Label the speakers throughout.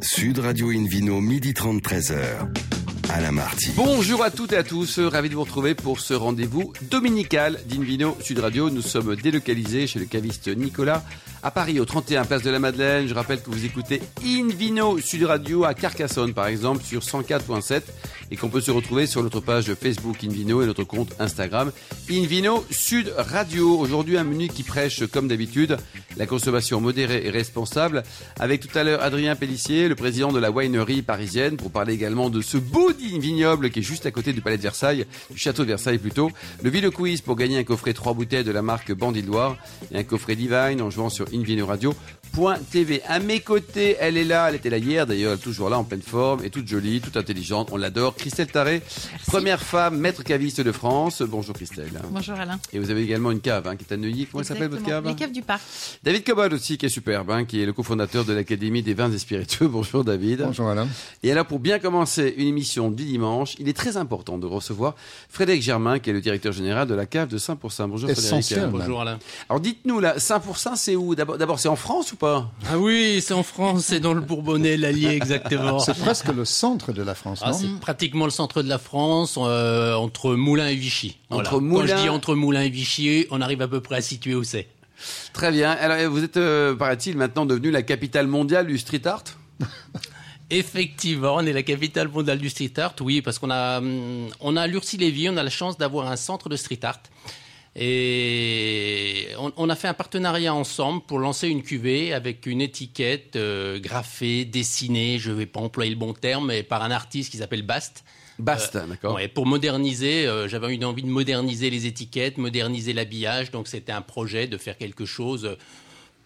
Speaker 1: Sud Radio Invino, midi 30, 13h. Alain Marty.
Speaker 2: Bonjour à toutes et à tous, ravi de vous retrouver pour ce rendez-vous dominical d'Invino Sud Radio. Nous sommes délocalisés chez le caviste Nicolas à Paris, au 31 Place de la Madeleine. Je rappelle que vous écoutez Invino Sud Radio à Carcassonne, par exemple, sur 104.7 et qu'on peut se retrouver sur notre page Facebook Invino et notre compte Instagram Invino Sud Radio. Aujourd'hui, un menu qui prêche, comme d'habitude, la consommation modérée et responsable. Avec tout à l'heure Adrien Pellissier, le président de la winery parisienne, pour parler également de ce beau vignoble qui est juste à côté du palais de Versailles, du château de Versailles plutôt. Le Ville Quiz pour gagner un coffret 3 bouteilles de la marque Bandit Loire et un coffret Divine en jouant sur Invino Radio. TV. À mes côtés, elle est là, elle était là hier d'ailleurs, toujours là en pleine forme, et toute jolie, toute intelligente, on l'adore. Christelle Taré, première femme maître caviste de France. Bonjour Christelle.
Speaker 3: Bonjour Alain.
Speaker 2: Et vous avez également une cave hein, qui est à Neuilly. Comment elle s'appelle votre cave
Speaker 3: Les caves du parc.
Speaker 2: David Cobol aussi qui est superbe, hein, qui est le cofondateur de l'Académie des vins et spiritueux. Bonjour David.
Speaker 4: Bonjour Alain.
Speaker 2: Et alors pour bien commencer une émission du dimanche, il est très important de recevoir Frédéric Germain qui est le directeur général de la cave de 5%. Bonjour Frédéric.
Speaker 4: Essentiel, même.
Speaker 5: Bonjour Alain.
Speaker 2: Alors dites-nous là, 5% c'est où D'abord d'abord, c'est en France ou pas
Speaker 5: Ah oui, c'est en France, c'est dans le Bourbonnais, l'Allier exactement.
Speaker 4: C'est presque le centre de la France,
Speaker 5: Ah,
Speaker 4: non
Speaker 5: c'est pratiquement le centre de la France, euh, entre Moulins et Vichy.
Speaker 2: Entre
Speaker 5: Voilà.
Speaker 2: Moulins-
Speaker 5: Quand je dis entre Moulins et Vichy, on arrive à peu près à situer où c'est.
Speaker 2: Très bien. Alors vous êtes, euh, paraît-il, maintenant devenue la capitale mondiale du street art
Speaker 5: Effectivement, on est la capitale mondiale du street art, oui, parce qu'on a, hum, on a à Lurcy-Lévis, on a la chance d'avoir un centre de street art. Et on, on a fait un partenariat ensemble pour lancer une cuvée avec une étiquette euh, graphée, dessinée, je ne vais pas employer le bon terme, mais par un artiste qui s'appelle Bast.
Speaker 2: Bast,
Speaker 4: Euh,
Speaker 2: d'accord
Speaker 5: Ouais, pour moderniser, euh, j'avais une envie de moderniser les étiquettes, moderniser l'habillage, donc c'était un projet de faire quelque chose euh,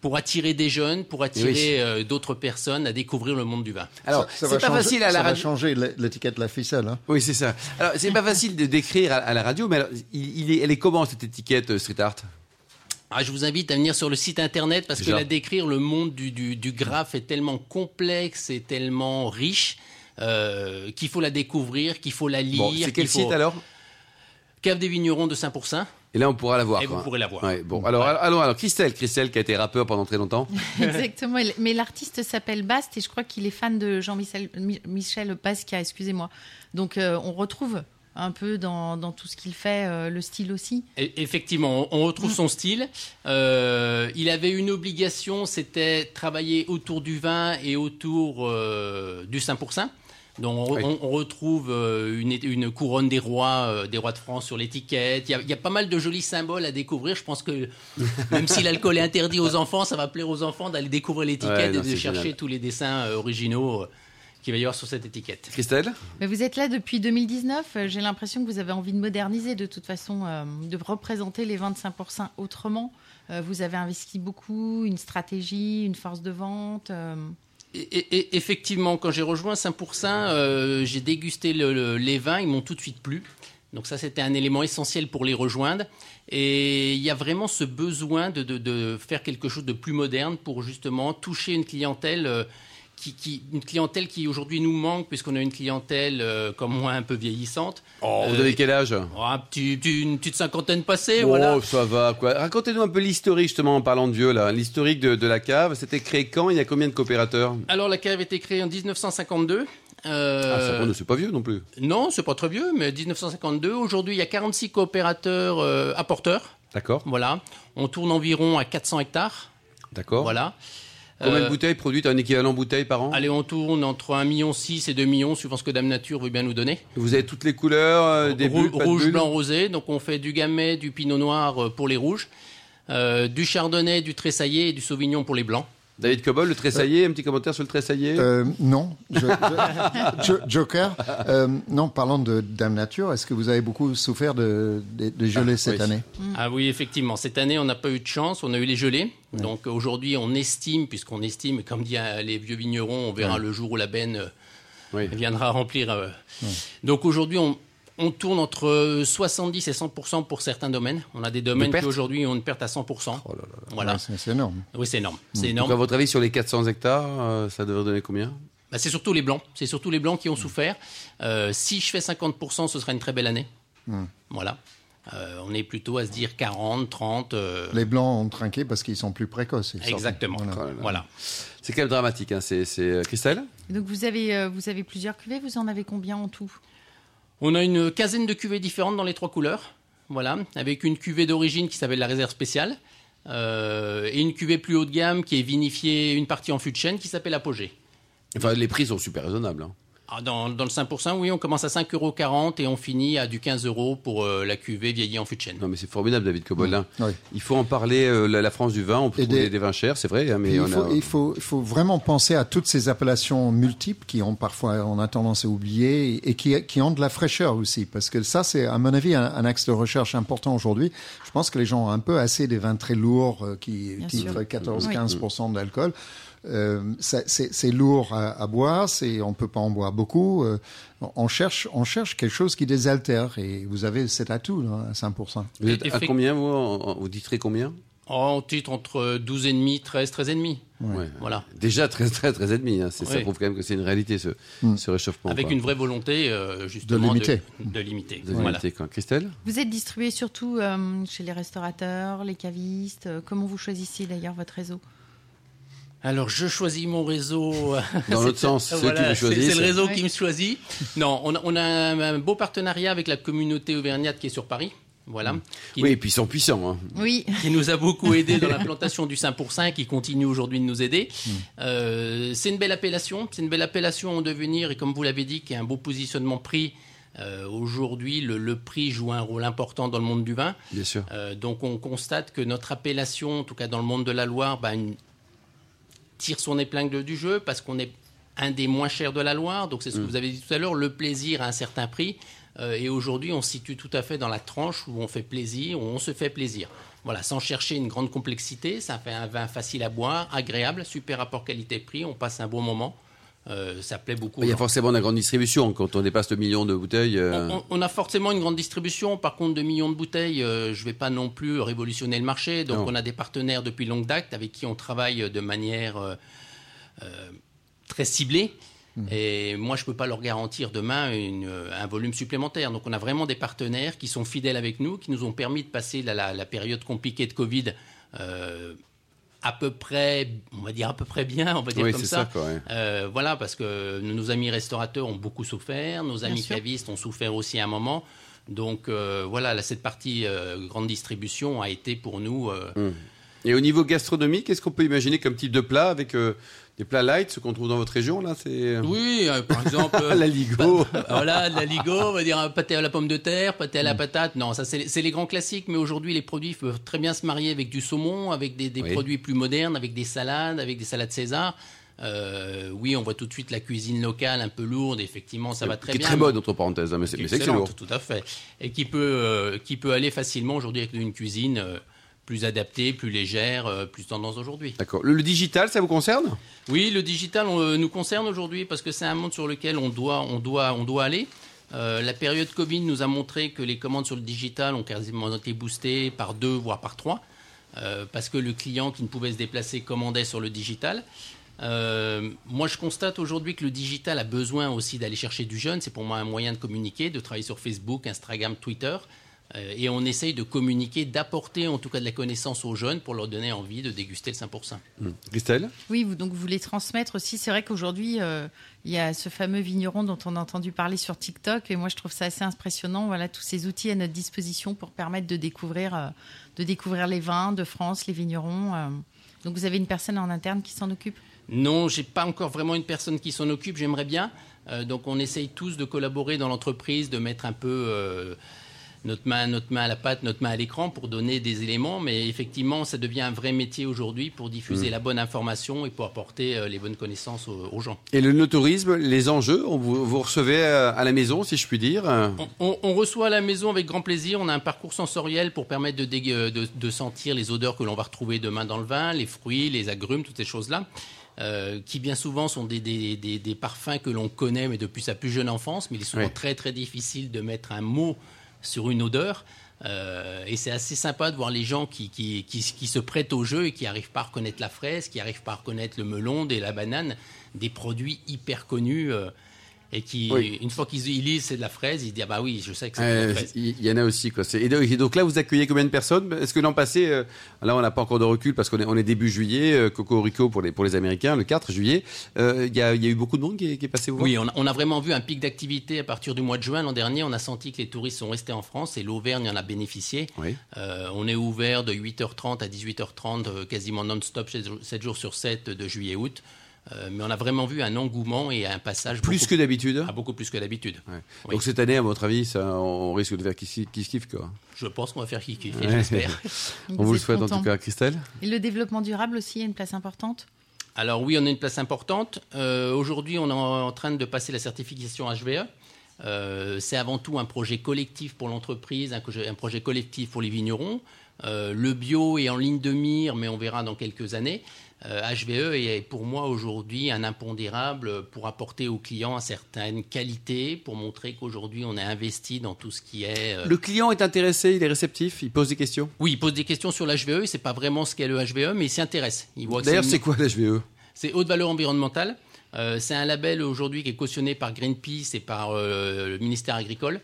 Speaker 5: pour attirer des jeunes, pour attirer euh, d'autres personnes à découvrir le monde du vin.
Speaker 2: Alors,
Speaker 4: Ça- ça
Speaker 2: c'est
Speaker 4: va
Speaker 2: pas
Speaker 4: changer-
Speaker 2: facile à la
Speaker 4: Ça va
Speaker 2: radio.
Speaker 4: changer l'é- l'étiquette de la ficelle. hein.
Speaker 2: Oui, c'est ça. Alors, c'est pas facile de décrire à, à la radio, mais alors, il, il est, elle est comment cette étiquette euh, street art
Speaker 5: Ah, je vous invite à venir sur le site internet parce
Speaker 2: Déjà.
Speaker 5: que là, décrire le monde du, du, du graphe est tellement complexe et tellement riche euh, qu'il faut la découvrir, qu'il faut la lire.
Speaker 2: Bon, c'est quel
Speaker 5: qu'il faut-
Speaker 2: site alors
Speaker 5: Cave des vignerons de Saint-Pourçain.
Speaker 2: Et là, on pourra la voir.
Speaker 5: Et vous pourrez la voir.
Speaker 2: Ouais, bon, alors, allons, alors, Christelle, Christelle qui a été rappeur pendant très longtemps.
Speaker 3: Exactement. Et l- Mais l'artiste s'appelle Bast et je crois qu'il est fan de Jean-Michel Mi- Michel Basquiat, excusez-moi. Donc euh, on retrouve un peu dans, dans tout ce qu'il fait euh, le style aussi.
Speaker 5: Et- E, Effectivement, on on retrouve
Speaker 2: Mm.
Speaker 5: son style. Euh, il avait une obligation, c'était travailler autour du vin et autour euh, du 5%. Donc on,
Speaker 2: Oui.
Speaker 5: on- on retrouve euh, une, une couronne des rois, euh, des rois de France sur l'étiquette. Il, y a- il y a pas mal de jolis symboles à découvrir. Je pense que même si l'alcool est interdit aux enfants, ça va plaire aux enfants d'aller découvrir
Speaker 2: Ouais,
Speaker 5: l'étiquette
Speaker 2: non,
Speaker 5: et de
Speaker 2: c'est
Speaker 5: chercher
Speaker 2: génial.
Speaker 5: tous les dessins euh, originaux euh, qu'il va y avoir sur cette étiquette.
Speaker 2: Christelle
Speaker 3: Mais vous êtes là depuis 2019. euh, J'ai l'impression que vous avez envie de moderniser de toute façon, euh, de représenter les 25% autrement. Euh, vous avez investi beaucoup, une stratégie, une force de vente. euh,
Speaker 5: Et- et- et- effectivement, quand j'ai rejoint 5%, euh, j'ai dégusté le- le- les vins, ils m'ont tout de suite plu. Donc ça, c'était un élément essentiel pour les rejoindre. Et il y a vraiment ce besoin de, de- de faire quelque chose de plus moderne pour justement toucher une clientèle. euh, qui, qui- une clientèle qui aujourd'hui nous manque puisqu'on a une clientèle euh, comme moi un peu vieillissante.
Speaker 2: Oh, Vous
Speaker 5: Euh,
Speaker 2: avez quel âge
Speaker 5: oh, un petit- petit- une petite cinquantaine passée, voilà.
Speaker 2: Oh, ça va, quoi. Racontez-nous un peu l'historique, justement, en parlant de vieux, là. L'historique de, de la cave, c'était créé quand Il y a combien de coopérateurs
Speaker 5: Alors la cave a été créée en 1952. Euh,
Speaker 2: Ah, ça, on ne c'est pas vieux non plus.
Speaker 5: Non, c'est pas très vieux, mais 1952. Aujourd'hui, il y a 46 coopérateurs euh, apporteurs.
Speaker 2: D'accord,
Speaker 5: Voilà. On tourne environ à 400 hectares.
Speaker 2: d'accord.
Speaker 5: Voilà.
Speaker 2: Combien de
Speaker 5: Euh,
Speaker 2: bouteilles produites, un équivalent bouteille par an
Speaker 5: Allez, on tourne entre 1,6 million et 2 millions, suivant ce que Dame Nature veut bien nous donner.
Speaker 2: Vous avez toutes les couleurs, euh, des
Speaker 5: Rou-
Speaker 2: bulles, pas de
Speaker 5: rouge,
Speaker 2: bulles
Speaker 5: blanc, rosé. Donc, on fait du gamay, du pinot noir euh, pour les rouges, euh, du chardonnay, du tressaillé et du sauvignon pour les blancs.
Speaker 2: David Cobol, le tressaillé, un petit commentaire sur le tressaillé
Speaker 4: Euh, non. Je- je- Jo- Joker, euh, non, parlant de Dame Nature, est-ce que vous avez beaucoup souffert de, de, de gelées cette
Speaker 2: oui.
Speaker 4: année
Speaker 5: Ah oui, effectivement. Cette année, on n'a pas eu de chance. On a eu les gelées. Donc euh, aujourd'hui, on estime, puisqu'on estime, comme dit euh, les vieux vignerons, on verra le jour où la benne euh,
Speaker 2: Oui.
Speaker 5: viendra remplir. euh. Donc aujourd'hui, on, on tourne entre 70 et 100 pour certains domaines. On a des domaines
Speaker 2: pertes
Speaker 5: qui aujourd'hui ont une perte à 100 Voilà.
Speaker 4: Ouais, Mmh. c'est c'est énorme.
Speaker 5: Oui, c'est énorme. C'est
Speaker 2: Donc,
Speaker 5: énorme.
Speaker 2: à votre avis, sur les 400 hectares, euh, ça devrait donner combien
Speaker 5: Bah, c'est surtout les blancs. C'est surtout les blancs qui ont souffert. Euh, si je fais 50 ce sera une très belle année.
Speaker 4: Mmh.
Speaker 5: Voilà. Euh, on est plutôt à se dire 40, 30. euh,
Speaker 4: Les blancs ont trinqué parce qu'ils sont plus précoces. ils sortent.
Speaker 5: Exactement.
Speaker 4: Voilà.
Speaker 5: Voilà.
Speaker 2: C'est quand même dramatique. hein. C'est, c'est, euh, Christelle
Speaker 3: Donc vous avez, euh, vous avez plusieurs cuvées, vous en avez combien en tout
Speaker 5: On a une quinzaine de cuvées différentes dans les trois couleurs. Voilà, avec une cuvée d'origine qui s'appelle la réserve spéciale. euh, et une cuvée plus haut de gamme qui est vinifiée une partie en fût de chêne qui s'appelle Apogée.
Speaker 2: Enfin, les prix sont super raisonnables. hein.
Speaker 5: Ah, Dans, dans le 5%, oui, on commence à 5,40 euros et on finit à du 15 euros pour euh, la cuvée vieillie en fût de chêne.
Speaker 2: Non, mais c'est formidable, David Coboldin.
Speaker 4: Oui.
Speaker 2: Il faut en parler. euh, la, la France du vin, on peut
Speaker 4: Et
Speaker 2: trouver des...
Speaker 4: des-
Speaker 2: vins chers, c'est vrai. hein, mais
Speaker 4: Puis
Speaker 2: on
Speaker 4: il, faut,
Speaker 2: a-
Speaker 4: il faut- il faut vraiment penser à toutes ces appellations multiples qui ont parfois, on a tendance à oublier et qui, qui ont de la fraîcheur aussi. Parce que ça, c'est à mon avis un, un axe de recherche important aujourd'hui. Je pense que les gens ont un peu assez des vins très lourds euh, qui
Speaker 3: Bien
Speaker 4: titrent
Speaker 3: sûr.
Speaker 4: 14-15%
Speaker 2: Mm.
Speaker 4: d'alcool. Euh, ça- c'est c'est lourd à, à boire, c'est on peut pas en boire beaucoup. euh, on cherche, on cherche quelque chose qui désaltère et vous avez cet atout là, à 5%.
Speaker 2: Vous êtes à
Speaker 5: Effect-
Speaker 2: combien, vous en- en- Vous titrez combien
Speaker 5: Oh, on titre entre 12,5, 13, 13,5.
Speaker 2: Ouais.
Speaker 5: Voilà.
Speaker 2: Déjà 13, 13, 13 et demi. hein, c'est- Ça
Speaker 5: Oui.
Speaker 2: prouve quand même que c'est une réalité, ce,
Speaker 4: Mm.
Speaker 2: ce réchauffement.
Speaker 5: Avec
Speaker 2: quoi.
Speaker 5: une vraie volonté, euh, justement,
Speaker 4: limiter.
Speaker 5: De, de limiter.
Speaker 2: De
Speaker 5: Voilà.
Speaker 2: vérité, quoi. Christelle
Speaker 3: Vous êtes distribué surtout euh, chez les restaurateurs, les cavistes. euh, Comment vous choisissez d'ailleurs votre réseau
Speaker 5: Alors, je choisis mon réseau.
Speaker 2: Dans l'autre
Speaker 5: C'est-
Speaker 2: sens, ceux
Speaker 5: voilà,
Speaker 2: qui vous
Speaker 5: c'est-
Speaker 2: choisissent.
Speaker 5: C'est le réseau qui
Speaker 3: Ouais.
Speaker 5: me choisit. Non, on a, on a un, un beau partenariat avec la communauté auvergnate qui est sur Paris. Voilà. Qui,
Speaker 2: Oui, et puis ils sont puissants. hein.
Speaker 3: Oui,
Speaker 5: qui nous a beaucoup aidé dans l'implantation du 5 pour 5, qui continue aujourd'hui de nous aider.
Speaker 2: Mm.
Speaker 5: Euh, c'est une belle appellation. C'est une belle appellation en devenir. Et comme vous l'avez dit, qui a un beau positionnement prix. Euh, aujourd'hui, le, le prix joue un rôle important dans le monde du vin.
Speaker 2: Bien sûr.
Speaker 5: Euh, donc on constate que notre appellation, en tout cas dans le monde de la Loire, bah, une- tire son épingle du jeu parce qu'on est un des moins chers de la Loire. Donc c'est
Speaker 2: Mm.
Speaker 5: ce que vous avez dit tout à l'heure, le plaisir à un certain prix. Euh, et aujourd'hui, on se situe tout à fait dans la tranche où on fait plaisir, où on se fait plaisir. Voilà, sans chercher une grande complexité, ça fait un vin facile à boire, agréable, super rapport qualité-prix, on passe un bon moment. Euh, ça plaît beaucoup.
Speaker 2: Bah, Il y
Speaker 5: aux
Speaker 2: a
Speaker 5: gens.
Speaker 2: forcément de la grande distribution quand on dépasse le million de bouteilles. euh,
Speaker 5: On, on- on a forcément une grande distribution. Par contre, de millions de bouteilles, euh, je ne vais pas non plus révolutionner le marché. Donc,
Speaker 2: Non.
Speaker 5: on a des partenaires depuis longue date avec qui on travaille de manière euh, euh, très ciblée.
Speaker 2: Hmm.
Speaker 5: Et moi, je ne peux pas leur garantir demain une, euh, un volume supplémentaire. Donc, on a vraiment des partenaires qui sont fidèles avec nous, qui nous ont permis de passer la, la- la période compliquée de Covid. euh, à peu près, on va dire à peu près bien, on va dire
Speaker 2: Oui,
Speaker 5: comme
Speaker 2: c'est
Speaker 5: ça.
Speaker 2: ça, quoi, ouais.
Speaker 5: Euh, voilà, parce que nos amis restaurateurs ont beaucoup souffert, nos amis
Speaker 3: sûr.
Speaker 5: cavistes ont souffert aussi à un moment. Donc euh, voilà, là, cette partie euh, grande distribution a été pour nous. euh,
Speaker 2: Et au niveau gastronomique, qu'est-ce qu'on peut imaginer comme type de plat avec euh, des plats light, ce qu'on trouve dans votre région là C'est Ah,
Speaker 5: Oui, euh, par exemple. euh,
Speaker 2: la ligo.
Speaker 5: bah, voilà, de la ligo, on va dire un pâté à la pomme de terre, pâté à la patate. Non, ça, c'est les- c'est les grands classiques, mais aujourd'hui, les produits peuvent très bien se marier avec du saumon, avec des, des
Speaker 2: Oui.
Speaker 5: produits plus modernes, avec des salades, avec des salades César. Euh, oui, on voit tout de suite la cuisine locale un peu lourde, effectivement, ça va très
Speaker 2: qui
Speaker 5: bien.
Speaker 2: est très bonne entre parenthèses, hein, mais c'est
Speaker 5: qui est
Speaker 2: mais c'est que c'est
Speaker 5: excellente,
Speaker 2: lourd.
Speaker 5: tout à fait. Et qui peut, euh, qui peut aller facilement aujourd'hui avec une cuisine euh, plus adaptée, plus légère, euh, plus tendance aujourd'hui.
Speaker 2: D'accord. Le, le digital, ça vous concerne
Speaker 5: Oui, le digital on, euh, nous concerne aujourd'hui parce que c'est un monde sur lequel on doit, on doit, on doit aller. Euh, la période Covid nous a montré que les commandes sur le digital ont quasiment été boostées par deux, voire par trois, euh, parce que le client qui ne pouvait se déplacer commandait sur le digital. Euh, moi, je constate aujourd'hui que le digital a besoin aussi d'aller chercher du jeune. C'est pour moi un moyen de communiquer, de travailler sur Facebook, Instagram, Twitter. Euh, et on essaye de communiquer, d'apporter en tout cas de la connaissance aux jeunes pour leur donner envie de déguster le 5%.
Speaker 2: Christelle
Speaker 3: oui, vous donc vous voulez transmettre aussi. C'est vrai qu'aujourd'hui, euh, il y a ce fameux vigneron dont on a entendu parler sur TikTok, et moi je trouve ça assez impressionnant. Voilà tous ces outils à notre disposition pour permettre de découvrir, euh, de découvrir les vins de France, les vignerons. euh. Donc vous avez une personne en interne qui s'en occupe.
Speaker 5: Non, j'ai pas encore vraiment une personne qui s'en occupe, j'aimerais bien. Euh, donc on essaye tous de collaborer dans l'entreprise, de mettre un peu euh, notre, main, notre main à la pâte, notre main à l'écran pour donner des éléments. Mais effectivement, ça devient un vrai métier aujourd'hui pour diffuser la bonne information et pour apporter euh, les bonnes connaissances aux, aux gens.
Speaker 2: Et le tourisme, les enjeux, on vous, vous recevez euh, à la maison, si je puis dire. euh,
Speaker 5: On, on- on reçoit à la maison avec grand plaisir, on a un parcours sensoriel pour permettre de, dég- euh, de- de sentir les odeurs que l'on va retrouver demain dans le vin, les fruits, les agrumes, toutes ces choses-là, euh, qui bien souvent sont des, des- des- des parfums que l'on connaît mais depuis sa plus jeune enfance, mais il est souvent
Speaker 2: Oui.
Speaker 5: très très difficile de mettre un mot sur une odeur. euh, et c'est assez sympa de voir les gens qui, qui- qui- qui se prêtent au jeu et qui arrivent pas à reconnaître la fraise, qui arrivent pas à reconnaître le melon et la banane, des produits hyper connus. euh, et qui,
Speaker 2: Oui.
Speaker 5: une fois qu'ils ils lisent, c'est de la fraise, ils se disent, ah bah oui, je sais que c'est de
Speaker 2: Euh,
Speaker 5: la fraise.
Speaker 2: Il il y, en a aussi. Quoi. C'est- Et donc, et donc là, vous accueillez combien de personnes Est-ce que l'an passé, euh, là, on n'a pas encore de recul parce qu'on est, on est début juillet, euh, Coco Rico pour les, pour les Américains, le 4 juillet, euh, il y, a, il y a eu beaucoup de monde qui est, qui est passé vous voir
Speaker 5: Oui, on a, on a vraiment vu un pic d'activité à partir du mois de juin l'an dernier. On a senti que les touristes sont restés en France et l'Auvergne en a bénéficié.
Speaker 2: Oui.
Speaker 5: Euh, on est ouvert de 8h30 à 18h30, euh, quasiment non-stop, 7 jours sur 7 de juillet-août. mais on a vraiment vu un engouement et un passage
Speaker 2: Plus que
Speaker 5: beaucoup,
Speaker 2: d'habitude
Speaker 5: ah, beaucoup plus que d'habitude.
Speaker 2: Ouais.
Speaker 5: Oui.
Speaker 2: Donc cette année, à votre avis, ça, on risque de faire qui qui kiffe quoi.
Speaker 5: Je pense qu'on va faire kiffer,
Speaker 2: Ouais.
Speaker 5: j'espère.
Speaker 3: Donc,
Speaker 2: On vous le
Speaker 3: êtes
Speaker 2: souhaite en
Speaker 3: contents.
Speaker 2: tout cas, Christelle.
Speaker 3: Et le développement durable aussi a une place importante.
Speaker 5: Alors oui, on a une place importante. Euh, Aujourd'hui, on est en train de passer la certification HVE. Euh, c'est avant tout un projet collectif pour l'entreprise, un, co- un projet collectif pour les vignerons. Euh, le bio est en ligne de mire, mais on verra dans quelques années. Euh, HVE est pour moi aujourd'hui un impondérable pour apporter aux clients certaines qualités, pour montrer qu'aujourd'hui on est investi dans tout ce qui est... euh,
Speaker 2: Le client est intéressé, il est réceptif, il pose des questions.
Speaker 5: Oui, il pose des questions sur l'HVE, il sait pas vraiment ce qu'est le HVE, mais il s'y intéresse. Il voit que
Speaker 2: D'ailleurs,
Speaker 5: une-
Speaker 2: c'est quoi E l'HVE
Speaker 5: c'est haute valeur environnementale. Euh, c'est un label aujourd'hui qui est cautionné par Greenpeace et par euh, le ministère agricole.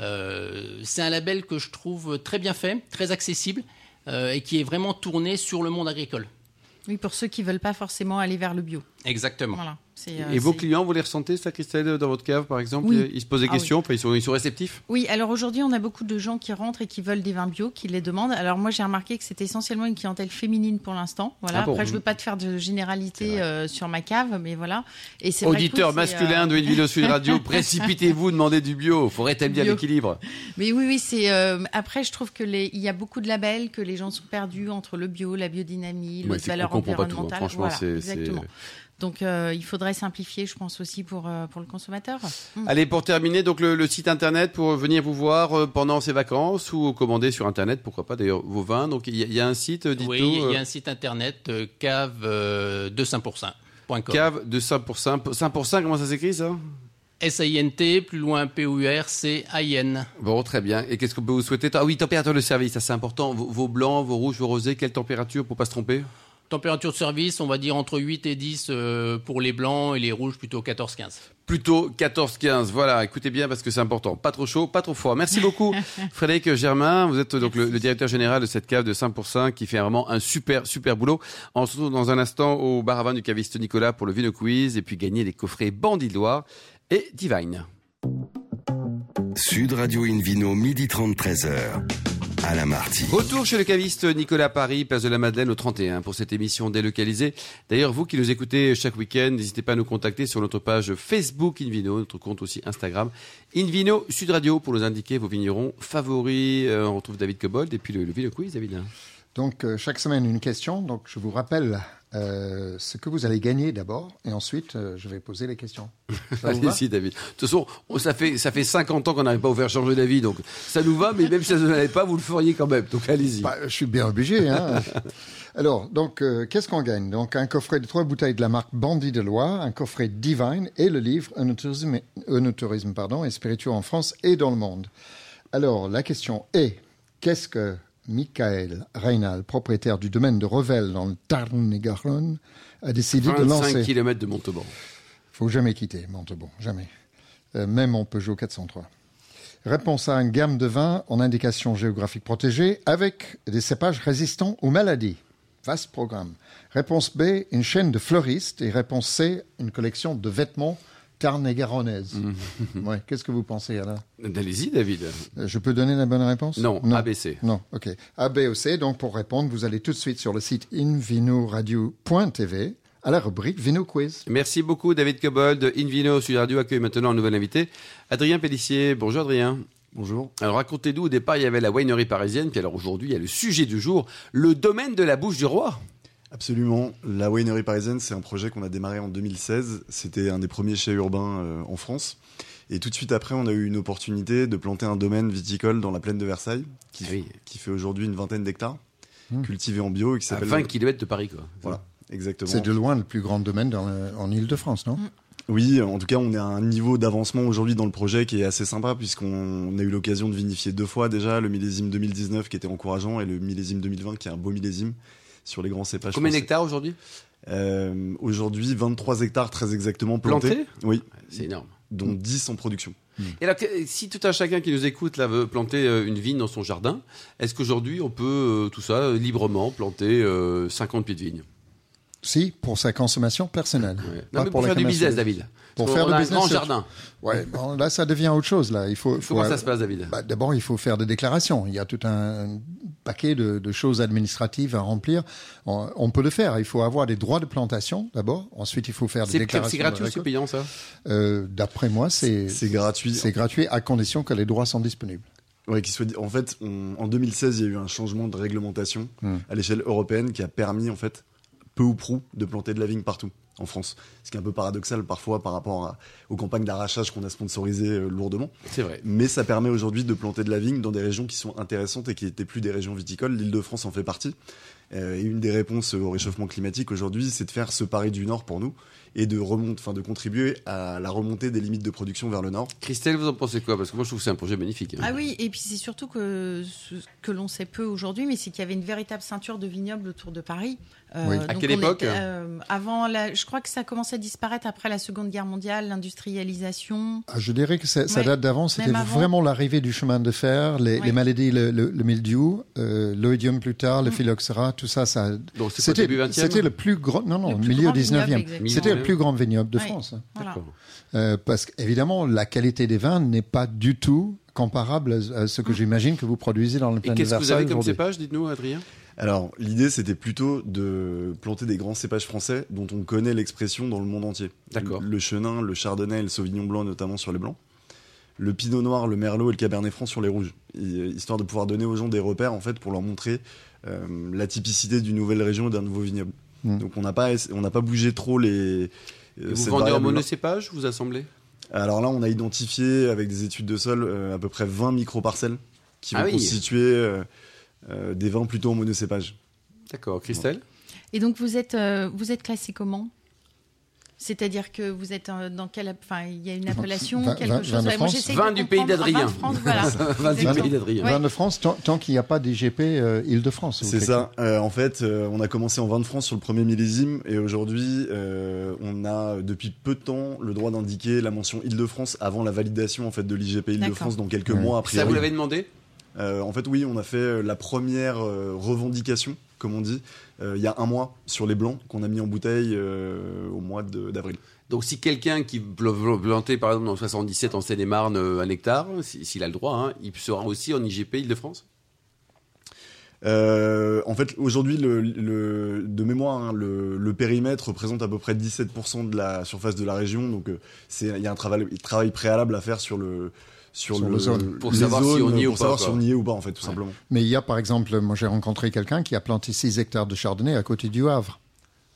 Speaker 5: Euh, c'est un label que je trouve très bien fait, très accessible euh, et qui est vraiment tourné sur le monde agricole.
Speaker 3: Oui, pour ceux qui veulent pas forcément aller vers le bio.
Speaker 5: Exactement.
Speaker 3: Voilà. C'est, euh,
Speaker 2: Et vos
Speaker 3: c'est-
Speaker 2: clients, vous les ressentez, ça, Christelle, dans votre cave, par exemple euh,
Speaker 3: Oui.
Speaker 2: Ils se posent des
Speaker 3: Ah oui.
Speaker 2: questions, puis ils sont, ils sont réceptifs
Speaker 3: Oui, alors aujourd'hui, on a beaucoup de gens qui rentrent et qui veulent des vins bio, qui les demandent. Alors moi, j'ai remarqué que c'était essentiellement une clientèle féminine pour l'instant. Voilà.
Speaker 2: Ah bon.
Speaker 3: Après, je veux pas te faire de généralité euh, sur ma cave, mais voilà. Et c'est vrai que
Speaker 2: Auditeurs
Speaker 3: oui, c'est, euh,
Speaker 2: masculins de Une Sud Radio, précipitez-vous, demandez du bio, faut rétablir
Speaker 3: Bio.
Speaker 2: l'équilibre.
Speaker 3: Mais oui, oui, c'est. euh, après, je trouve que les, il y a beaucoup de labels que les gens sont perdus entre le bio, la biodynamie,
Speaker 2: Ouais,
Speaker 3: les
Speaker 2: c'est- on
Speaker 3: valeurs
Speaker 2: comprend pas tout, hein.
Speaker 3: environnementales.
Speaker 2: Franchement,
Speaker 3: Voilà,
Speaker 2: c'est- c'est-
Speaker 3: exactement. Donc, euh, il faudrait simplifier, je pense aussi pour euh, pour le consommateur. Mm.
Speaker 2: Allez, pour terminer, donc le, le site internet pour venir vous voir euh, pendant ces vacances ou commander sur internet, pourquoi pas d'ailleurs vos vins. Donc il y, a- il y a un site, euh, dites-nous,
Speaker 5: Oui, il y a
Speaker 2: euh,
Speaker 5: un site internet euh, cave euh, de Saint-Pourçain.com.
Speaker 2: cave de 5 pour 5. 5 pour 5, comment ça s'écrit ça
Speaker 5: S-A-I-N-T, plus loin P-O-U-R-C-A-I-N.
Speaker 2: Bon, très bien. Et qu'est-ce qu'on peut vous souhaiter Ah oui, température de service, ça c'est important. Vos, vos blancs, vos rouges, vos rosés, quelle température pour pas se tromper
Speaker 5: Température de service, on va dire entre 8 et 10 euh, pour les blancs et les rouges plutôt 14-15.
Speaker 2: Plutôt 14-15, voilà, écoutez bien parce que c'est important. Pas trop chaud, pas trop froid. Merci beaucoup Frédéric Germain, vous êtes donc le, le directeur général de cette cave de 5 pour 5 qui fait vraiment un super, super boulot. On se retrouve dans un instant au bar à vin du caviste Nicolas pour le Vino Quiz et puis gagner les coffrets Bandit de Loire et Divine.
Speaker 1: Sud Radio Invino, midi 30, 13h. Alain Marty.
Speaker 2: Retour chez le caviste Nicolas Paris, place de la Madeleine au 31 pour cette émission délocalisée. D'ailleurs, vous qui nous écoutez chaque week-end, n'hésitez pas à nous contacter sur notre page Facebook Invino, notre compte aussi Instagram Invino Sud Radio pour nous indiquer vos vignerons favoris. Euh, on retrouve David Cobold et puis le, le Vino Quiz, David. hein.
Speaker 4: Donc, euh, chaque semaine, une question. Donc, je vous rappelle euh, ce que vous allez gagner d'abord, et ensuite, euh, je vais poser les questions. Ça vous va
Speaker 2: Allez-y, David. De toute façon, on- ça fait, ça fait 50 ans qu'on n'arrive pas à vous faire changer d'avis, donc ça nous va, mais même si ça ne allait pas, vous le feriez quand même. Donc allez-y.
Speaker 4: Bah, je suis bien obligé. hein. Alors, donc, euh, qu'est-ce qu'on gagne Donc, un coffret de trois bouteilles de la marque Bandit de Loire, un coffret Divine et le livre Un tourisme, pardon, et spiritueux en France et dans le monde. Alors, la question est qu'est-ce que Michael Reynal, propriétaire du domaine de Revel dans le Tarn-et-Garonne, a décidé de
Speaker 2: 25
Speaker 4: lancer
Speaker 2: km de Montauban.
Speaker 4: faut jamais quitter Montauban, jamais. Euh, même en Peugeot 403. Réponse à une gamme de vins en indication géographique protégée avec des cépages résistants aux maladies. Vaste programme. Réponse B, une chaîne de fleuristes. Et réponse C, une collection de vêtements tarn et garonnaise. Ouais, Qu'est-ce que vous pensez, Alain
Speaker 2: Allez-y, David.
Speaker 4: Euh, Je peux donner la bonne réponse
Speaker 2: Non, ABC.
Speaker 4: Non, ok. ABC, donc pour répondre, vous allez tout de suite sur le site invinoradio.tv à la rubrique Vino Quiz.
Speaker 2: Merci beaucoup David Cobold. Invino Sud Radio accueille maintenant un nouvel invité, Adrien Pellissier. Bonjour Adrien.
Speaker 6: Bonjour.
Speaker 2: Alors racontez-nous, au départ il y avait la winery parisienne, puis alors aujourd'hui il y a le sujet du jour, le domaine de la bouche du roi.
Speaker 6: Absolument. La Winery Parisienne, c'est un projet qu'on a démarré en 2016. C'était un des premiers chais urbains euh, en France. Et tout de suite après, on a eu une opportunité de planter un domaine viticole dans la plaine de Versailles, qui,
Speaker 2: Ah oui.
Speaker 6: qui fait aujourd'hui une vingtaine d'hectares,
Speaker 4: Mmh.
Speaker 6: cultivé en bio et qui
Speaker 2: À
Speaker 6: s'appelle.
Speaker 2: 20 km de Paris quoi.
Speaker 6: Voilà, exactement.
Speaker 4: C'est de loin le plus grand domaine dans le- en Ile-de-France, non
Speaker 6: Oui, en tout cas, on est à un niveau d'avancement aujourd'hui dans le projet qui est assez sympa, puisqu'on a eu l'occasion de vinifier deux fois déjà, le millésime 2019 qui était encourageant et le millésime 2020 qui est un beau millésime sur les grands cépages.
Speaker 2: Combien
Speaker 6: français.
Speaker 2: d'hectares aujourd'hui
Speaker 6: Euh, Aujourd'hui, 23 hectares très exactement plantés.
Speaker 2: Plantés
Speaker 6: Oui,
Speaker 2: C'est énorme.
Speaker 6: dont 10 en production.
Speaker 4: Hmm.
Speaker 2: Et alors, que- si tout un chacun qui nous écoute là, veut planter euh, une vigne dans son jardin, est-ce qu'aujourd'hui on peut euh, tout ça euh, librement planter euh, 50 pieds de vigne
Speaker 4: Si, pour sa consommation personnelle.
Speaker 2: Ouais.
Speaker 4: Pas
Speaker 2: Non, mais pour
Speaker 4: la
Speaker 2: faire du
Speaker 4: commercialisation.
Speaker 2: business, David.
Speaker 4: Pour
Speaker 2: Parce
Speaker 4: faire
Speaker 2: qu'on
Speaker 4: du
Speaker 2: a un
Speaker 4: business,
Speaker 2: grand
Speaker 4: c'est-
Speaker 2: jardin.
Speaker 4: Ouais, bon, là, ça devient autre chose. Là, il faut. faut-
Speaker 2: Comment ça se passe, David
Speaker 4: Bah, D'abord, il faut faire des déclarations. Il y a tout un paquet de, de choses administratives à remplir. On, on peut le faire. Il faut avoir des droits de plantation d'abord. Ensuite, il faut faire des
Speaker 2: C'est
Speaker 4: déclarations.
Speaker 2: c'est
Speaker 4: de
Speaker 2: gratuit ou c'est
Speaker 4: récolte.
Speaker 2: payant ça
Speaker 4: Euh, D'après moi, c'est
Speaker 6: C'est gratuit.
Speaker 4: c'est gratuit à condition que les droits sont disponibles.
Speaker 6: Ouais, qu'il soit dit- En fait, on- en 2016, il y a eu un changement de réglementation
Speaker 4: Hmm.
Speaker 6: à l'échelle européenne qui a permis, en fait, peu ou prou, de planter de la vigne partout en France. Ce qui est un peu paradoxal parfois par rapport à- aux campagnes d'arrachage qu'on a sponsorisées euh, lourdement.
Speaker 2: C'est vrai.
Speaker 6: Mais ça permet aujourd'hui de planter de la vigne dans des régions qui sont intéressantes et qui n'étaient plus des régions viticoles. L'île de France en fait partie. Euh, et une des réponses au réchauffement climatique aujourd'hui, c'est de faire ce pari du Nord pour nous et de, remonte, enfin, de contribuer à la remontée des limites de production vers le Nord.
Speaker 2: Christelle, vous en pensez quoi Parce que moi, je trouve que c'est un projet magnifique. hein.
Speaker 3: Ah oui, et puis c'est surtout que ce que l'on sait peu aujourd'hui, mais c'est qu'il y avait une véritable ceinture de vignobles autour de Paris. Euh,
Speaker 4: Oui.
Speaker 2: À
Speaker 3: donc
Speaker 2: quelle
Speaker 3: on
Speaker 2: époque
Speaker 3: euh, Avant, la, je crois que ça commençait à disparaître après la Seconde Guerre mondiale, l'industrialisation.
Speaker 4: Ah, Je dirais que ça, ça
Speaker 3: Ouais.
Speaker 4: date d'avant. C'était
Speaker 3: Même avant.
Speaker 4: vraiment l'arrivée du chemin de fer, les,
Speaker 3: Ouais.
Speaker 4: les maladies, le, le- le mildiou, euh, l'oïdium plus tard,
Speaker 3: Mm.
Speaker 4: le phylloxéra, tout ça. ça
Speaker 2: Donc, c'est quoi,
Speaker 4: C'était
Speaker 2: début hein 20e
Speaker 4: c'était le plus grand. Non, non,
Speaker 3: Le plus
Speaker 4: milieu
Speaker 3: grand vignoble,
Speaker 4: 19e.
Speaker 3: exactement.
Speaker 4: C'était le
Speaker 2: Ouais.
Speaker 4: plus grand vignoble de
Speaker 3: Ouais.
Speaker 4: France. hein.
Speaker 3: Voilà.
Speaker 2: D'accord.
Speaker 4: Euh, parce qu'évidemment, la qualité des vins n'est pas du tout comparable à à ce
Speaker 3: Mm.
Speaker 4: que j'imagine que vous produisez dans le
Speaker 2: Et
Speaker 4: plein de
Speaker 2: qu'est-ce que vous
Speaker 4: Versailles
Speaker 2: avez comme
Speaker 4: aujourd'hui.
Speaker 2: cépage Dites-nous, Adrien.
Speaker 6: Alors, l'idée, c'était plutôt de planter des grands cépages français dont on connaît l'expression dans le monde entier.
Speaker 2: D'accord.
Speaker 6: Le chenin, le chardonnay et le sauvignon blanc, notamment sur les blancs. Le pinot noir, le merlot et le cabernet franc sur les rouges. Et, euh, histoire de pouvoir donner aux gens des repères, en fait, pour leur montrer euh, la typicité d'une nouvelle région et d'un nouveau vignoble.
Speaker 4: Mm.
Speaker 6: Donc, on n'a pas, essa- on n'a pas bougé trop les. euh,
Speaker 2: Et vous
Speaker 6: cette
Speaker 2: vendez en
Speaker 6: variable-là.
Speaker 2: monocépage Vous assemblez
Speaker 6: Alors là, on a identifié avec des études de sol euh, à peu près 20 microparcelles qui
Speaker 2: Ah
Speaker 6: vont
Speaker 2: oui.
Speaker 6: constituer euh, euh, des vins plutôt en monocépage.
Speaker 2: D'accord. Christelle
Speaker 3: Et donc vous êtes, euh, vous êtes classé comment c'est-à-dire que vous êtes euh, dans quelle, app- enfin, il y a une appellation,
Speaker 4: Vin-
Speaker 3: quelque
Speaker 4: vin-
Speaker 3: chose.
Speaker 4: vin de
Speaker 3: Ouais, moi,
Speaker 4: France
Speaker 3: j'essaye
Speaker 2: Vin
Speaker 3: de
Speaker 2: du pays
Speaker 3: comprendre. Ah,
Speaker 2: d'Adrien.
Speaker 3: Vin de France, voilà.
Speaker 2: Vin du
Speaker 3: Exactement.
Speaker 2: pays d'Adrien.
Speaker 3: Ouais.
Speaker 4: Vins de France, tant, tant qu'il n'y a pas d'IGP euh, Île-de-France. ou
Speaker 6: C'est
Speaker 4: quelque-
Speaker 6: ça. Euh, en fait, euh, on a commencé en vin de France sur le premier millésime et aujourd'hui, euh, on a depuis peu de temps le droit d'indiquer la mention Île-de-France avant la validation en fait de l'IGP Île-de-France dans quelques
Speaker 4: Ouais.
Speaker 6: mois
Speaker 2: Ça, vous
Speaker 6: après.
Speaker 2: l'avez demandé
Speaker 6: en fait, oui, on a fait euh, la première euh, revendication, comme on dit, euh, il y a un mois sur les blancs qu'on a mis en bouteille euh, au mois de- d'avril.
Speaker 2: Donc, si quelqu'un qui pl- plantait, par exemple, dans le 77 en Seine-et-Marne, euh, un hectare, si- s'il a le droit, hein, il sera aussi en IGP Île-de-France
Speaker 6: Euh, en fait, aujourd'hui, le, le- de mémoire, hein, le, le périmètre représente à peu près 17% de la surface de la région. Donc, euh, c'est- il y a un travail, travail préalable à faire sur le. Sur,
Speaker 4: Sur
Speaker 6: le,
Speaker 4: le zone.
Speaker 2: Pour
Speaker 6: les
Speaker 2: savoir si on y est
Speaker 6: pour
Speaker 2: ou pas,
Speaker 6: savoir
Speaker 2: quoi.
Speaker 6: si on y est ou pas, en fait, tout
Speaker 2: Ouais.
Speaker 6: simplement.
Speaker 4: Mais il y a, par exemple, moi j'ai rencontré quelqu'un qui a planté 6 hectares de chardonnay à côté du Havre.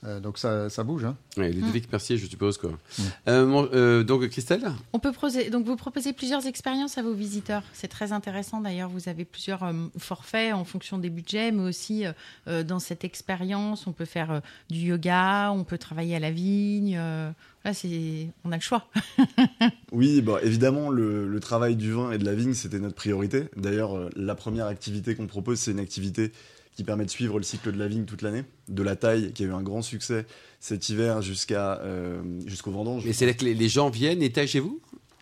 Speaker 4: Euh, donc ça, ça bouge. Hein.
Speaker 2: Ouais, Ludovic Mercier, je suppose. Quoi. Mmh. Euh, mon- euh, donc, Christelle
Speaker 3: On peut proposer, donc vous proposez plusieurs expériences à vos visiteurs. C'est très intéressant d'ailleurs. Vous avez plusieurs euh, forfaits en fonction des budgets, mais aussi euh, euh, dans cette expérience, on peut faire euh, du yoga, on peut travailler à la vigne. euh, là, c'est, on a le choix.
Speaker 6: Oui, bah, évidemment, le, le travail du vin et de la vigne, c'était notre priorité. D'ailleurs, euh, la première activité qu'on propose, c'est une activité qui permet de suivre le cycle de la vigne toute l'année, de la taille, qui a eu un grand succès cet hiver jusqu'à euh, jusqu'au vendange.
Speaker 2: Mais c'est là que les, les gens viennent et taillent chez vous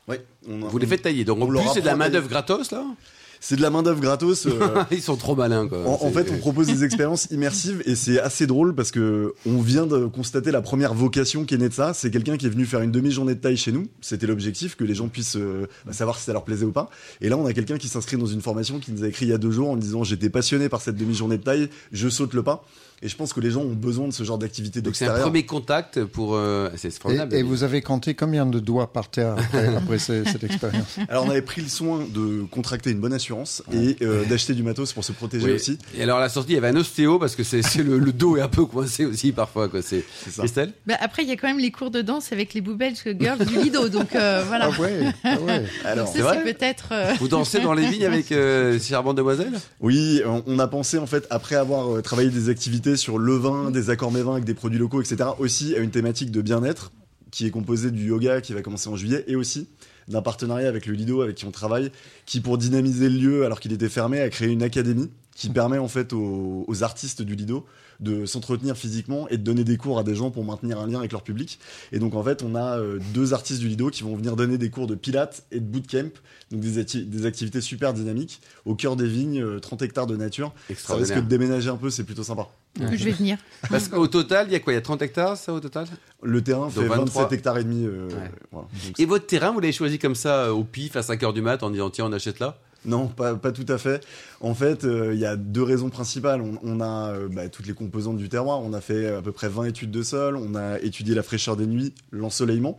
Speaker 6: Ouais, on a-
Speaker 2: Vous les faites tailler. Donc, en
Speaker 6: on leur
Speaker 2: plus, c'est de la
Speaker 6: apprend à tailler.
Speaker 2: main-d'œuvre gratos, là
Speaker 6: C'est de la main d'œuvre gratos. euh,
Speaker 2: Ils sont trop malins, quoi.
Speaker 6: En, en
Speaker 2: C'est- euh,
Speaker 6: fait, on propose des expériences immersives et c'est assez drôle parce que on vient de constater la première vocation qui est née de ça. C'est quelqu'un qui est venu faire une demi-journée de taille chez nous. C'était l'objectif, que les gens puissent euh, bah, savoir si ça leur plaisait ou pas. Et là, on a quelqu'un qui s'inscrit dans une formation qui nous a écrit il y a deux jours en disant j'étais passionné par cette demi-journée de taille, je saute le pas. Et je pense que les gens ont besoin de ce genre d'activité
Speaker 2: Donc, c'est un
Speaker 6: d'extérieur.
Speaker 2: premier contact pour. euh, c'est
Speaker 4: Et,
Speaker 2: formidable.
Speaker 4: et vous avez compté combien de doigts par terre après, après ce- cette expérience
Speaker 6: Alors, on avait pris le soin de contracter une bonne assurance et euh, d'acheter du matos pour se protéger
Speaker 2: Oui.
Speaker 6: aussi.
Speaker 2: Et alors, à la sortie, il y avait un ostéo parce que c'est c'est le, le dos est un peu coincé aussi parfois. Quoi. C'est-
Speaker 6: C'est ça.
Speaker 2: Christelle
Speaker 3: Bah, après, il y a quand même les cours de danse avec les Boubelles Girls du Lido, donc euh, voilà.
Speaker 4: Ah ouais, ah ouais.
Speaker 6: Alors,
Speaker 3: Ça,
Speaker 2: c'est vrai
Speaker 3: c'est peut-être. euh,
Speaker 2: Vous dansez dans les vignes avec euh, Charmante Demoiselle
Speaker 6: Oui, on on a pensé en fait, après avoir euh, travaillé des activités sur le vin, des accords mets vins avec des produits locaux, etc., aussi à une thématique de bien-être qui est composée du yoga qui va commencer en juillet et aussi d'un partenariat avec le Lido avec qui on travaille, qui pour dynamiser le lieu alors qu'il était fermé a créé une académie qui permet en fait aux, aux artistes du Lido de s'entretenir physiquement et de donner des cours à des gens pour maintenir un lien avec leur public. Et donc en fait, on a euh, deux artistes du Lido qui vont venir donner des cours de pilates et de bootcamp, donc des, acti- des activités super dynamiques au cœur des vignes, euh, 30 hectares de nature. Ça risque de
Speaker 2: Extraordinaire.
Speaker 6: déménager un peu, c'est plutôt sympa.
Speaker 3: Je vais venir.
Speaker 2: Parce qu'au total, il y a quoi Il y a 30 hectares, ça, au total
Speaker 6: Le terrain fait
Speaker 2: 23.
Speaker 6: 27 hectares et demi. euh,
Speaker 2: Ouais.
Speaker 6: voilà. Donc,
Speaker 2: Et votre terrain, vous l'avez choisi comme ça, euh, au pif, à 5h du mat, en disant tiens, on achète là
Speaker 6: Non, pas, pas tout à fait. En fait, euh, il y a deux raisons principales. On, on a euh, bah, toutes les composantes du terroir. On a fait à peu près 20 études de sol. On a étudié la fraîcheur des nuits, l'ensoleillement,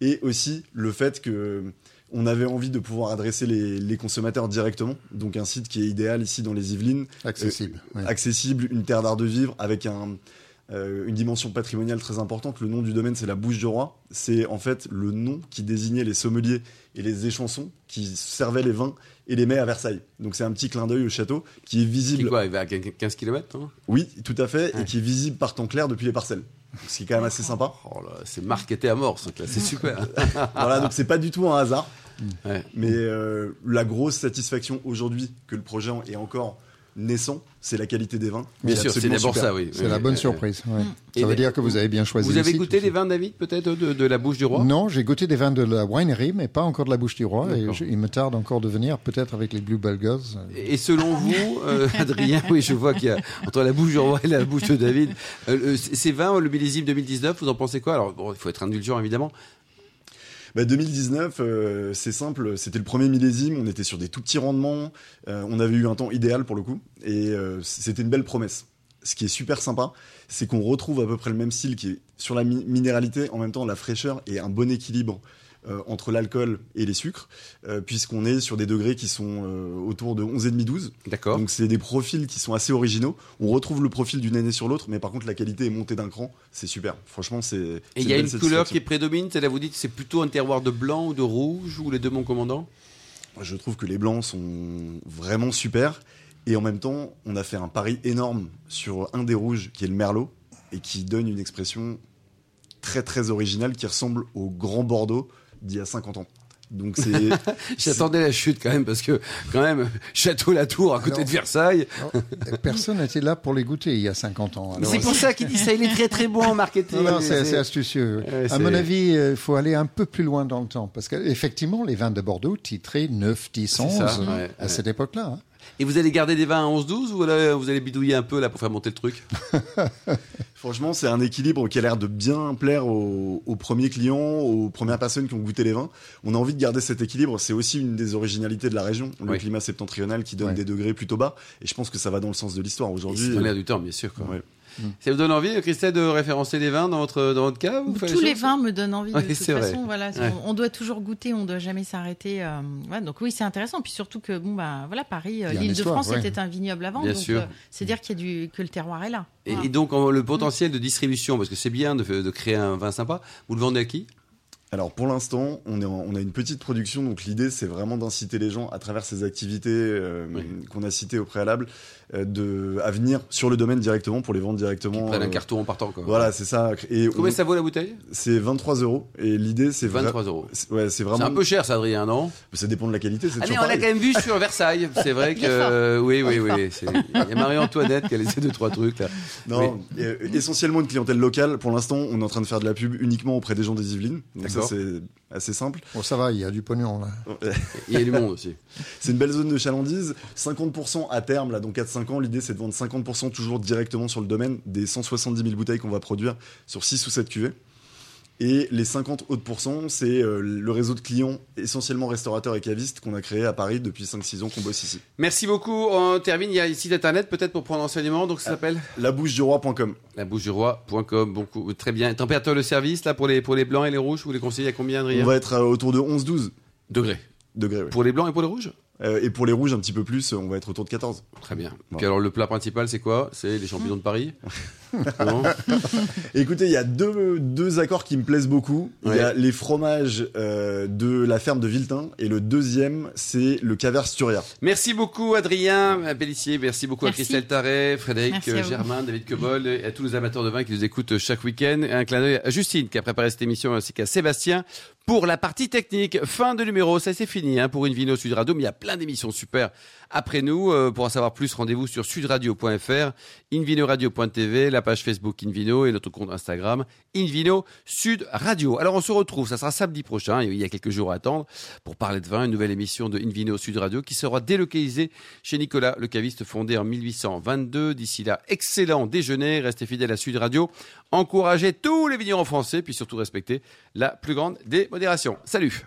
Speaker 6: et aussi le fait que on avait envie de pouvoir adresser les, les consommateurs directement. Donc un site qui est idéal ici dans les Yvelines,
Speaker 4: Euh, Accessible. ouais.
Speaker 6: accessible, une terre d'art de vivre avec un, euh, une dimension patrimoniale très importante. Le nom du domaine, c'est la Bouche du Roi. C'est en fait le nom qui désignait les sommeliers et les échansons qui servaient les vins et les mets à Versailles. Donc c'est un petit clin d'œil au château qui est
Speaker 2: Qui
Speaker 6: visible.
Speaker 2: quoi Il va à 15 km
Speaker 6: Oui, tout à fait,
Speaker 2: Ouais.
Speaker 6: et qui est visible par temps clair depuis les parcelles. Ce qui est quand même assez sympa.
Speaker 2: Oh là, c'est marketé à mort, ce truc-là, c'est super.
Speaker 6: voilà, donc c'est pas du tout un hasard.
Speaker 2: Mm. Ouais.
Speaker 6: Mais euh, la grosse satisfaction aujourd'hui que le projet est encore naissant, c'est la qualité des vins.
Speaker 2: Bien
Speaker 6: C'est
Speaker 2: sûr, c'est
Speaker 6: absolument
Speaker 2: d'abord
Speaker 6: super.
Speaker 2: ça, oui.
Speaker 4: C'est
Speaker 2: Oui,
Speaker 4: la
Speaker 2: oui,
Speaker 4: bonne
Speaker 2: oui.
Speaker 4: surprise. ouais.
Speaker 2: Et
Speaker 4: Ça veut
Speaker 2: des-
Speaker 4: dire que vous avez bien choisi.
Speaker 2: Vous avez
Speaker 4: le site,
Speaker 2: goûté
Speaker 4: tout
Speaker 2: les vins, David, peut-être, de, de la bouche du roi
Speaker 4: Non, j'ai goûté des vins de la winery, mais pas encore de la bouche du roi. Et
Speaker 2: D'accord.
Speaker 4: je- il me tarde encore de venir, peut-être avec les Blue Belgas.
Speaker 2: Et selon vous, euh, Adrien, oui, je vois qu'il y a entre la bouche du roi et la bouche de David, euh, le- ces vins, le millésime 2019, vous en pensez quoi Alors, bon, il faut être indulgent, évidemment.
Speaker 6: Bah, 2019, euh, c'est simple, c'était le premier millésime, on était sur des tout petits rendements, euh, on avait eu un temps idéal pour le coup, et euh, c'était une belle promesse. Ce qui est super sympa, c'est qu'on retrouve à peu près le même style qui est sur la mi- minéralité, en même temps la fraîcheur et un bon équilibre euh, entre l'alcool et les sucres, euh, puisqu'on est sur des degrés qui sont euh, autour de 11,5-12.
Speaker 2: D'accord
Speaker 6: Donc c'est des profils qui sont assez originaux. On retrouve le profil d'une année sur l'autre, mais par contre la qualité est montée d'un cran. C'est super. Franchement, c'est.
Speaker 2: Et
Speaker 6: c'est
Speaker 2: il y a
Speaker 6: belle
Speaker 2: une couleur
Speaker 6: satisfaction.
Speaker 2: qui prédomine, celle-là, vous dites, c'est plutôt un terroir de blanc ou de rouge, ou les deux, mon commandant
Speaker 6: Moi, Je trouve que les blancs sont vraiment super. Et en même temps, on a fait un pari énorme sur un des rouges, qui est le merlot, et qui donne une expression très très originale qui ressemble au grand Bordeaux d'il y a 50 ans. Donc c'est.
Speaker 2: J'attendais la chute quand même, parce que, quand même, Château-la-Tour, à côté
Speaker 4: Alors-
Speaker 2: de Versailles,
Speaker 4: Alors, Personne n'était là pour les goûter il y a 50 ans.
Speaker 2: Mais
Speaker 4: alors.
Speaker 2: c'est pour ça qu'il dit ça, il est très très bon en marketing.
Speaker 4: Non, non, c'est
Speaker 2: C'est-
Speaker 4: c'est astucieux.
Speaker 2: Ouais,
Speaker 4: à
Speaker 2: c'est-
Speaker 4: mon avis, euh, il faut aller un peu plus loin dans le temps. Parce qu'effectivement, les vins de Bordeaux titraient 9, 10,
Speaker 2: C'est
Speaker 4: 11
Speaker 2: ça, ouais,
Speaker 4: à
Speaker 2: ouais.
Speaker 4: cette époque-là. hein.
Speaker 2: Et vous allez garder des vins à 11-12 ou alors vous allez bidouiller un peu là pour faire monter le truc
Speaker 6: Franchement, c'est un équilibre qui a l'air de bien plaire aux, aux premiers clients, aux premières personnes qui ont goûté les vins. On a envie de garder cet équilibre. C'est aussi une des originalités de la région, le
Speaker 2: Oui.
Speaker 6: climat septentrional qui donne
Speaker 4: Ouais.
Speaker 6: des degrés plutôt bas. Et je pense que ça va dans le sens de l'histoire
Speaker 2: C'est
Speaker 6: aujourd'hui. euh,
Speaker 2: dans l'air du temps, bien sûr. Quoi.
Speaker 6: Ouais.
Speaker 2: Ça vous donne envie, Christelle, de référencer les vins dans votre, dans votre cave ou faire
Speaker 3: Tous les
Speaker 2: choses
Speaker 3: vins me donnent envie.
Speaker 2: Oui,
Speaker 3: de toute
Speaker 2: c'est vrai.
Speaker 3: façon, voilà,
Speaker 2: Ouais.
Speaker 3: on, on doit toujours goûter, on doit jamais s'arrêter. euh, ouais, donc oui, c'est intéressant. Puis surtout que bon bah voilà, Paris,
Speaker 4: Il y a une
Speaker 3: l'Île-de-France
Speaker 4: histoire, ouais.
Speaker 3: était un vignoble avant.
Speaker 2: Bien
Speaker 3: donc, euh,
Speaker 2: sûr.
Speaker 3: c'est dire qu'il y a du que le terroir est là.
Speaker 2: et,
Speaker 3: Voilà.
Speaker 2: et donc en- le potentiel de distribution, parce que c'est bien de, de créer un vin sympa, vous le vendez à qui
Speaker 6: Alors pour l'instant, on, est en- on a une petite production, donc l'idée c'est vraiment d'inciter les gens à travers ces activités euh,
Speaker 2: Oui.
Speaker 6: qu'on a citées au préalable euh, de, à venir sur le domaine directement pour les vendre
Speaker 2: Ils
Speaker 6: directement.
Speaker 2: prennent un
Speaker 6: euh,
Speaker 2: carton hein. en partant. Quoi.
Speaker 6: Voilà, c'est ça. Et
Speaker 2: Combien
Speaker 6: on-
Speaker 2: ça vaut la bouteille
Speaker 6: c'est 23 euros et l'idée c'est vra-
Speaker 2: 23 euros.
Speaker 6: c'est- Ouais, c'est
Speaker 2: C'est
Speaker 6: vraiment.
Speaker 2: un peu cher, ça, Adrien, non
Speaker 6: Ça dépend de la qualité. C'est
Speaker 2: Ah, mais
Speaker 6: toujours
Speaker 2: on l'a
Speaker 6: pareil.
Speaker 2: quand même vu sur Versailles. C'est vrai que.
Speaker 3: Il est fort.
Speaker 2: euh, oui, oui, oui. c'est- Il y a Marie-Antoinette qui a laissé deux, trois trucs. Là.
Speaker 6: Non, euh, essentiellement une clientèle locale. Pour l'instant, on est en train de faire de la pub uniquement auprès des gens des Yvelines. Donc ça
Speaker 2: D'accord.
Speaker 6: c'est assez simple.
Speaker 4: Bon, ça va, il y a du pognon. Là.
Speaker 2: Il y a du monde aussi.
Speaker 6: C'est une belle zone de chalandise. 50% à terme, là, donc 4-5 ans, l'idée c'est de vendre 50% toujours directement sur le domaine des 170 000 bouteilles qu'on va produire sur 6 ou 7 cuvées. Et les 50 autres pourcents, c'est euh, le réseau de clients essentiellement restaurateurs et cavistes qu'on a créé à Paris depuis 5-6 ans qu'on bosse ici.
Speaker 2: Merci beaucoup. On termine. Il y a un site internet peut-être pour prendre enseignement. Donc ça s'appelle
Speaker 6: Labouche-du-roi.com.
Speaker 2: laboucheduroy.com. Bon coup, très bien. Température de service là pour les pour les blancs et les rouges. Vous les conseillez à combien
Speaker 6: On
Speaker 2: Adrien
Speaker 6: va être à autour de 11-12
Speaker 2: Degrés.
Speaker 6: degrés. ouais.
Speaker 2: Pour les blancs et pour les rouges.
Speaker 6: Euh, et pour les rouges, un petit peu plus, on euh, va être autour de 14.
Speaker 2: Très bien.
Speaker 6: Bon.
Speaker 2: Puis alors le plat principal c'est quoi C'est les champignons de Paris. Bon.
Speaker 6: Écoutez, il y a deux, deux accords qui me plaisent beaucoup. Il y a
Speaker 2: Ouais.
Speaker 6: les fromages euh, de la ferme de Viltin et le deuxième, c'est le cavert Sturia.
Speaker 2: Merci beaucoup Adrien Pellissier, merci beaucoup à
Speaker 3: Merci.
Speaker 2: Christelle Taré, Frédéric
Speaker 3: Merci à vous.
Speaker 2: euh, Germain, David Cobol et à tous les amateurs de vin qui nous écoutent chaque week-end. Un clin d'œil à Justine qui a préparé cette émission ainsi qu'à Sébastien pour la partie technique. Fin de numéro, ça c'est fini hein, pour une Vino Sud Radio, mais il y a plein d'émissions super après nous. Euh, pour en savoir plus, rendez-vous sur sudradio.fr, invinoradio.tv, la page Facebook Invino et notre compte Instagram Invino Sud Radio. Alors on se retrouve, ça sera samedi prochain, il y a quelques jours à attendre, pour parler de vin, une nouvelle émission de Invino Sud Radio qui sera délocalisée chez Nicolas le caviste fondé en 1822. D'ici là, excellent déjeuner, restez fidèles à Sud Radio, encouragez tous les vignerons français, puis surtout respectez la plus grande des modérations. Salut